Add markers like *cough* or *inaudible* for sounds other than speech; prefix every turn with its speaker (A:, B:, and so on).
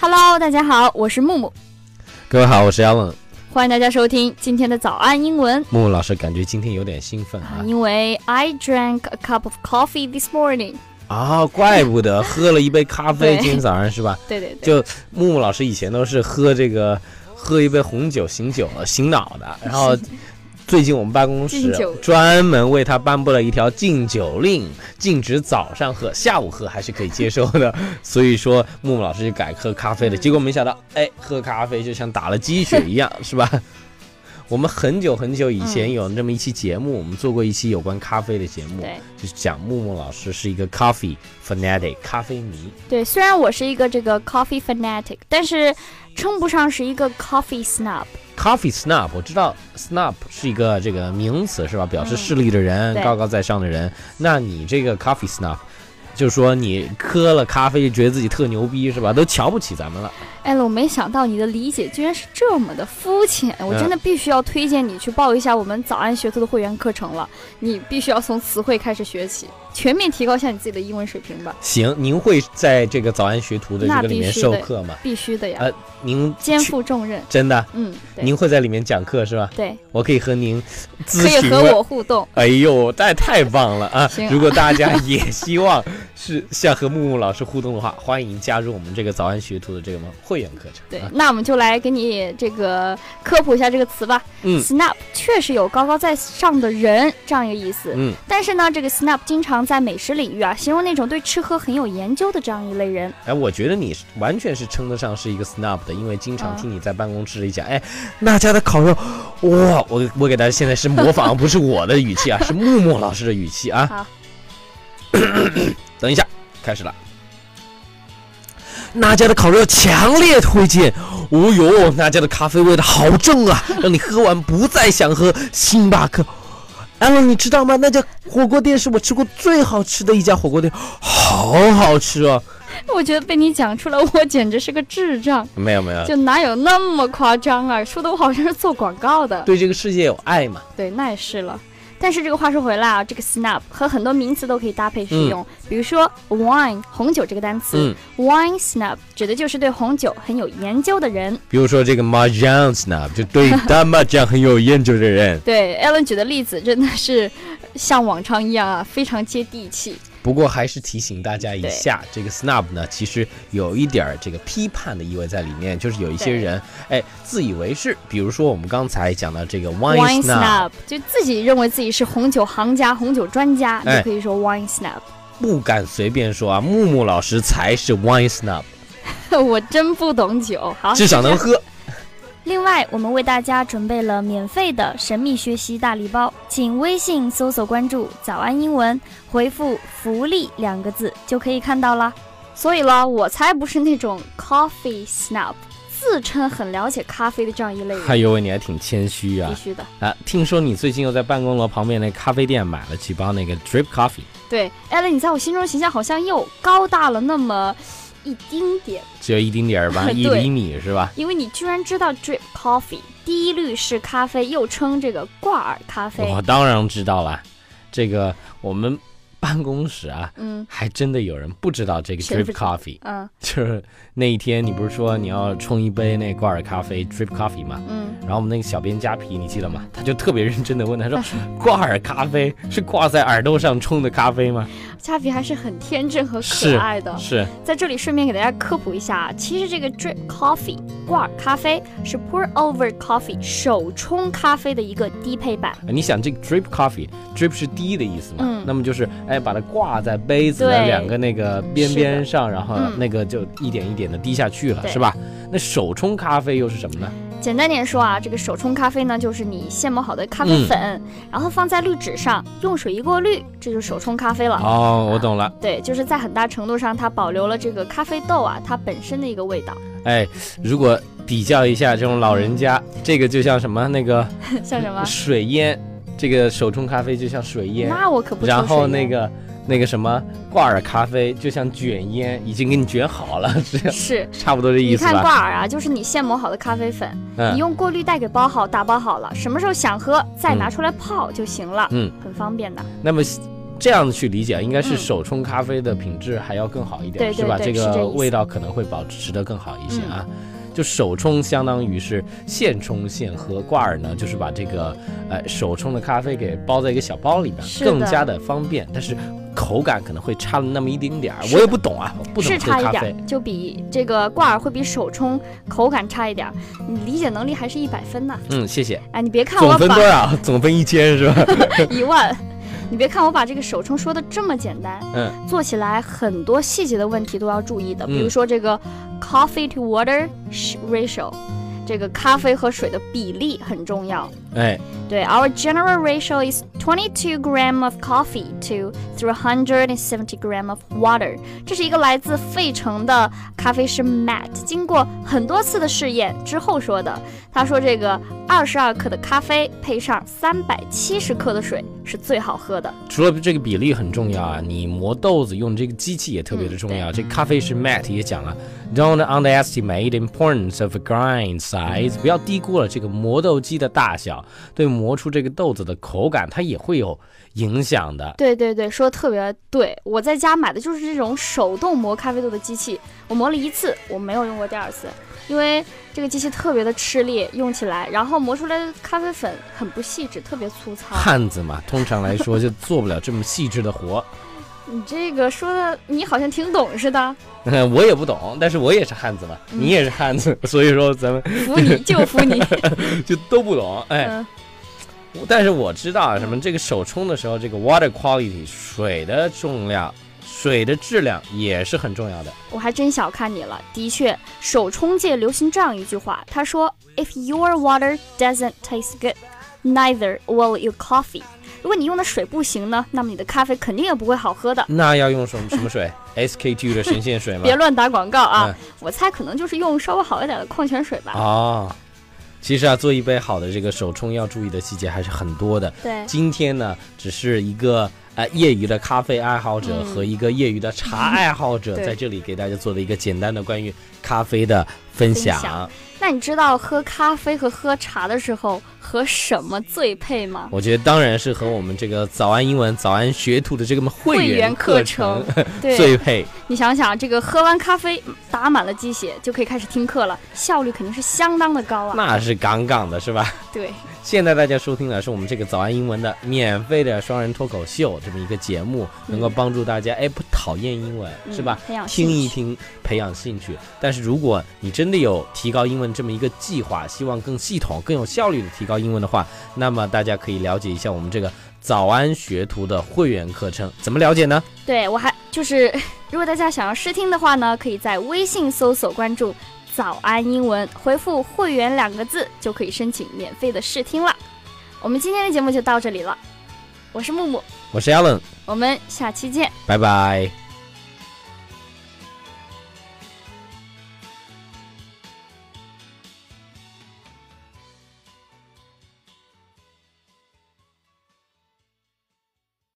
A: Hello，大家好，我是木木，
B: 各位好，我是 Allen。
A: 欢迎大家收听今天的早安英文
B: 木木老师感觉今天有点兴奋
A: 啊
B: 啊！
A: 因为 I drank a cup of coffee this morning。
B: 啊，怪不得喝了一杯咖啡，
A: 对
B: 今天早上是吧？
A: 对对对，
B: 就木木老师以前都是喝这个喝一杯红酒醒酒醒脑的，然后最近我们办公
A: 敬
B: 室
A: 酒
B: 专门为他颁布了一条禁酒令，禁止早上喝，下午喝还是可以接受的。 *laughs* 所以说木木老师就改喝咖啡了，结果没想到，哎，喝咖啡就像打了鸡血一样，是吧？ *laughs* 我们很久很久以
A: 嗯
B: 前有那么一期节目，我们做过一期有关咖啡的节目
A: 对，
B: 就是讲木木老师是一个 coffee fanatic 咖啡迷。
A: 对，虽然我是一个这个 coffee fanatic，但是称不上是一个 coffee snob。
B: Coffee snob，我知道 snob 是一个这个名词是吧？表示势利的
A: 嗯
B: 人、
A: 对
B: 高高在上的人。那你这个 coffee snob，就是说你喝了咖啡就觉得自己特牛逼是吧？都瞧不起咱们了。
A: 艾哎伦，我没想到你的理解居然是这么的肤浅，
B: 嗯
A: 我真的必须要推荐你去报一下我们早安学徒的会员课程了。你必须要从词汇开始学起，全面提高一下你自己的英文水平吧，
B: 行，您会在这个早安学徒的这
A: 那
B: 个里面
A: 必须的
B: 授课吗？
A: 必须的呀，
B: 呃您
A: 肩
B: 去
A: 负重任。
B: 真的，
A: 嗯，对
B: 您会在里面讲课是吧？
A: 对，
B: 我可以和您咨
A: 可以
B: 询
A: 和
B: 问
A: 我互动。
B: 哎呦，太太棒了
A: *laughs*
B: 啊
A: 行！
B: 如果大家也希望是想和木木老师互动的话，欢迎加入我们这个早安学徒的这个会员课程。
A: 对
B: 啊，
A: 那我们就来给你这个科普一下这个词吧。
B: 嗯
A: s n a p 确实有高高在上的人这样一个意思。
B: 嗯，
A: 但是呢，这个 snap 经常在美食领域啊，形容那种对吃喝很有研究的这样一类人。
B: 哎，我觉得你是完全是称得上是一个 snob 的，因为经
A: 嗯
B: 常听你在办公室里讲，哎，那家的烤肉，哇，我我给大家现在是模仿，不是我的语气啊，是木木老师的语气啊。
A: 好，
B: 等一下，开始了。那家的烤肉强烈推荐，哦呦，那家的咖啡味道好正啊，让你喝完不再想喝星巴克。艾伦，你知道吗？那家火锅店是我吃过最好吃的一家火锅店，好好吃哦。
A: 我觉得被你讲出来，我简直是个智障，
B: 没有没有，
A: 就哪有那么夸张啊？说的我好像是做广告的。
B: 对这个世界有爱嘛？
A: 对，那也是了。但是这个话说回来啊，这个 snap 和很多名词都可以搭配使用，比如说 wine 红酒这个单词、
B: 嗯
A: w i n e snap 指的就是对红酒很有研究的人。
B: 比如说这个麻将 snob，就对打麻将很有研究的人。
A: 对，Alan 举的例子真的是像往常一样啊，非常接地气。
B: 不过还是提醒大家一下，这个 snob 呢，其实有一点儿这个批判的意味在里面，就是有一些人哎自以为是，比如说我们刚才讲到这个 wine snob，
A: snap 就自己认为自己是红酒行家、红酒专家，你
B: 哎
A: 就可以说 wine snap。
B: 不敢随便说啊，木木老师才是 wine snob，
A: *laughs* 我真不懂酒，好，
B: 至少能喝。
C: 另外，我们为大家准备了免费的神秘学习大礼包，请微信搜索关注“早安英文”，回复“福利”两个字就可以看到啦。
A: 所以咯，我才不是那种 coffee snob，自称很了解咖啡的这样一类人，
B: 哎呦喂，你还挺谦虚
A: 必
B: 啊
A: 须的。
B: 啊！听说你最近又在办公楼旁边那咖啡店买了几包那个 drip coffee，
A: 对，Alan，你在我心中形象好像又高大了那么一丁点，
B: 只有一丁 *laughs* 点儿吧，
A: 对
B: 一厘米是吧？
A: 因为你居然知道 drip coffee 低滤式咖啡，又称这个挂耳咖啡
B: 我。当然知道了，这个我们办公室啊，
A: 嗯
B: 还真的有人不知道这个
A: 谁不知
B: drip
A: 道
B: coffee，
A: 嗯
B: 就是那一天你不是说你要冲一杯那挂耳咖啡 drip coffee 吗？
A: 嗯，
B: 然后我们那个小编加皮，你记得吗？他就特别认真的问他说：“
A: 嗯
B: 挂耳咖啡是挂在耳朵上冲的咖啡吗
A: 加皮还是很天真和可
B: 是
A: 爱的？”。
B: 是，
A: 在这里顺便给大家科普一下啊，其实这个 drip coffee 挂耳咖啡是 pour over coffee 手冲咖啡的一个低配版。
B: 你想这个 drip coffee，drip 是滴的意思嘛？
A: 嗯
B: 那么就是哎，把它挂在杯子的
A: 对
B: 两个那个边边上，然后
A: 嗯
B: 那个就一点一点的滴下去了，
A: 对
B: 是吧？那手冲咖啡又是什么呢？
A: 简单点说啊，这个手冲咖啡呢，就是你现磨好的咖啡粉，
B: 嗯
A: 然后放在滤纸上，用水一过滤，这就是手冲咖啡了。
B: 哦，我懂了。
A: 对，就是在很大程度上，它保留了这个咖啡豆啊它本身的一个味道， *laughs*
B: 哎，如果比较一下这种老人家，这个就像什么那个
A: 像什么？
B: 水烟，这个手冲咖啡就像水烟，
A: 那我可不抽
B: 然后
A: 水
B: 那
A: 烟
B: 个那个什么挂耳咖啡就像卷烟，已经给你卷好了， *laughs* 这样
A: 是。
B: 差不多这意
A: 你
B: 思
A: 看
B: 吧？
A: 挂耳啊，就是你现磨好的咖啡粉，你
B: 嗯，
A: 用过滤袋给包好、打包好了，什么时候想喝再拿出来泡就行了，
B: 嗯，
A: 很方便的。
B: 那么这样去理解，应该是
A: 嗯
B: 手冲咖啡的品质还要更好一点，
A: 对对
B: 是吧？
A: 对
B: 这
A: 是这
B: 个
A: 意思嗯
B: 味道可能会保持的更好一些啊。就手冲相当于是现冲现喝，挂耳呢就是把这个呃手冲的咖啡给包在一个小包里面，
A: 是的
B: 更加的方便，但是口感可能会差了那么一丁点儿。
A: 是
B: 我也不懂啊，我不懂
A: 是
B: 这个
A: 差一
B: 咖
A: 点
B: 啡
A: 儿，就比这个挂耳会比手冲口感差一点儿，你理解能力还是一百分呢。
B: 嗯，谢谢。
A: 哎，你别看我
B: 总分
A: 把
B: 多少？总分一千是
A: *laughs*
B: 吧？
A: 一万，你别看我把这个手冲说的这么简单，
B: 嗯，
A: 做起来很多细节的问题都要注意的，比
B: 嗯
A: 如说这个 coffee to water ratio，这个咖啡和水的比例很重要。
B: 哎，
A: 对，our general ratio is 22 gram of coffee to 370 gram of water。这是一个来自费城的咖啡师 Matt 经过很多次的试验之后说的。他说，这个二十二克的咖啡配上三百七十克的水是最好喝的。
B: 除了这个比例很重要啊，你磨豆子用这个机器也特别的重要。这咖啡师 Matt 也讲了，Don't underestimate the importance of a grind size，不要低估了这个磨豆机的大小，对磨出这个豆子的口感它也会有影响的。
A: 对对对，说的特别对。我在家买的就是这种手动磨咖啡豆的机器，我磨了一次，我没有用过第二次，因为这个机器特别的吃力，用起来，然后磨出来的咖啡粉很不细致，特别粗糙。
B: 汉子嘛，通常来说就做不了这么细致的活。 *laughs*
A: 你这个说的，你好像挺懂似的，
B: 我也不懂，但是我也是汉子嘛，你也是汉子，所以说咱们
A: 服你就服你。
B: 就都不懂。哎，
A: 嗯，
B: 但是我知道啊，什么这个手冲的时候，这个 water quality 水的重量、水的质量也是很重要的。
A: 我还真小看你了。的确，手冲界流行这样一句话，他说：“If your water doesn't taste good, neither will your coffee。”如果你用的水不行呢，那么你的咖啡肯定也不会好喝的。
B: 那要用什么什
A: *laughs*
B: 么水？SK2 的神仙水吗
A: 别？乱打广告啊！
B: 嗯
A: 我猜可能就是用稍微好一点的矿泉水吧。
B: 哦，其实啊，做一杯好的这个手冲要注意的细节还是很多的。
A: 对，
B: 今天呢，只是一个呃业余的咖啡爱好者
A: 嗯
B: 和一个业余的茶爱好者
A: 对
B: 在这里给大家做了一个简单的关于咖啡的分
A: 分
B: 享。
A: 享那你知道喝咖啡和喝茶的时候和什么最配吗？
B: 我觉得当然是和我们这个早安英文、早安学徒的这个会员
A: 员
B: 课
A: 程
B: 程，
A: 对
B: 最配。
A: 你想想，这个喝完咖啡打满了鸡血就可以开始听课了，效率肯定是相当的高啊。
B: 那是杠杠的，是吧？ *laughs*
A: 对，
B: 现在大家收听的是我们这个早安英文的免费的双人脱口秀这么一个节目，
A: 嗯
B: 能够帮助大家哎不讨厌英文，
A: 嗯
B: 是吧？？
A: 培养兴
B: 听
A: 趣
B: 一听，培养兴趣。但是如果你真的有提高英文这么一个计划，希望更系统、更有效率的提高英文的话，那么大家可以了解一下我们这个早安学徒的会员课程，怎么了解呢？
A: 对我还就是，如果大家想要试听的话呢，可以在微信搜索关注“早安英文”，回复“会员”两个字就可以申请免费的试听了。我们今天的节目就到这里了，我是木木，
B: 我是 Alan，
A: 我们下期见。
B: 拜拜。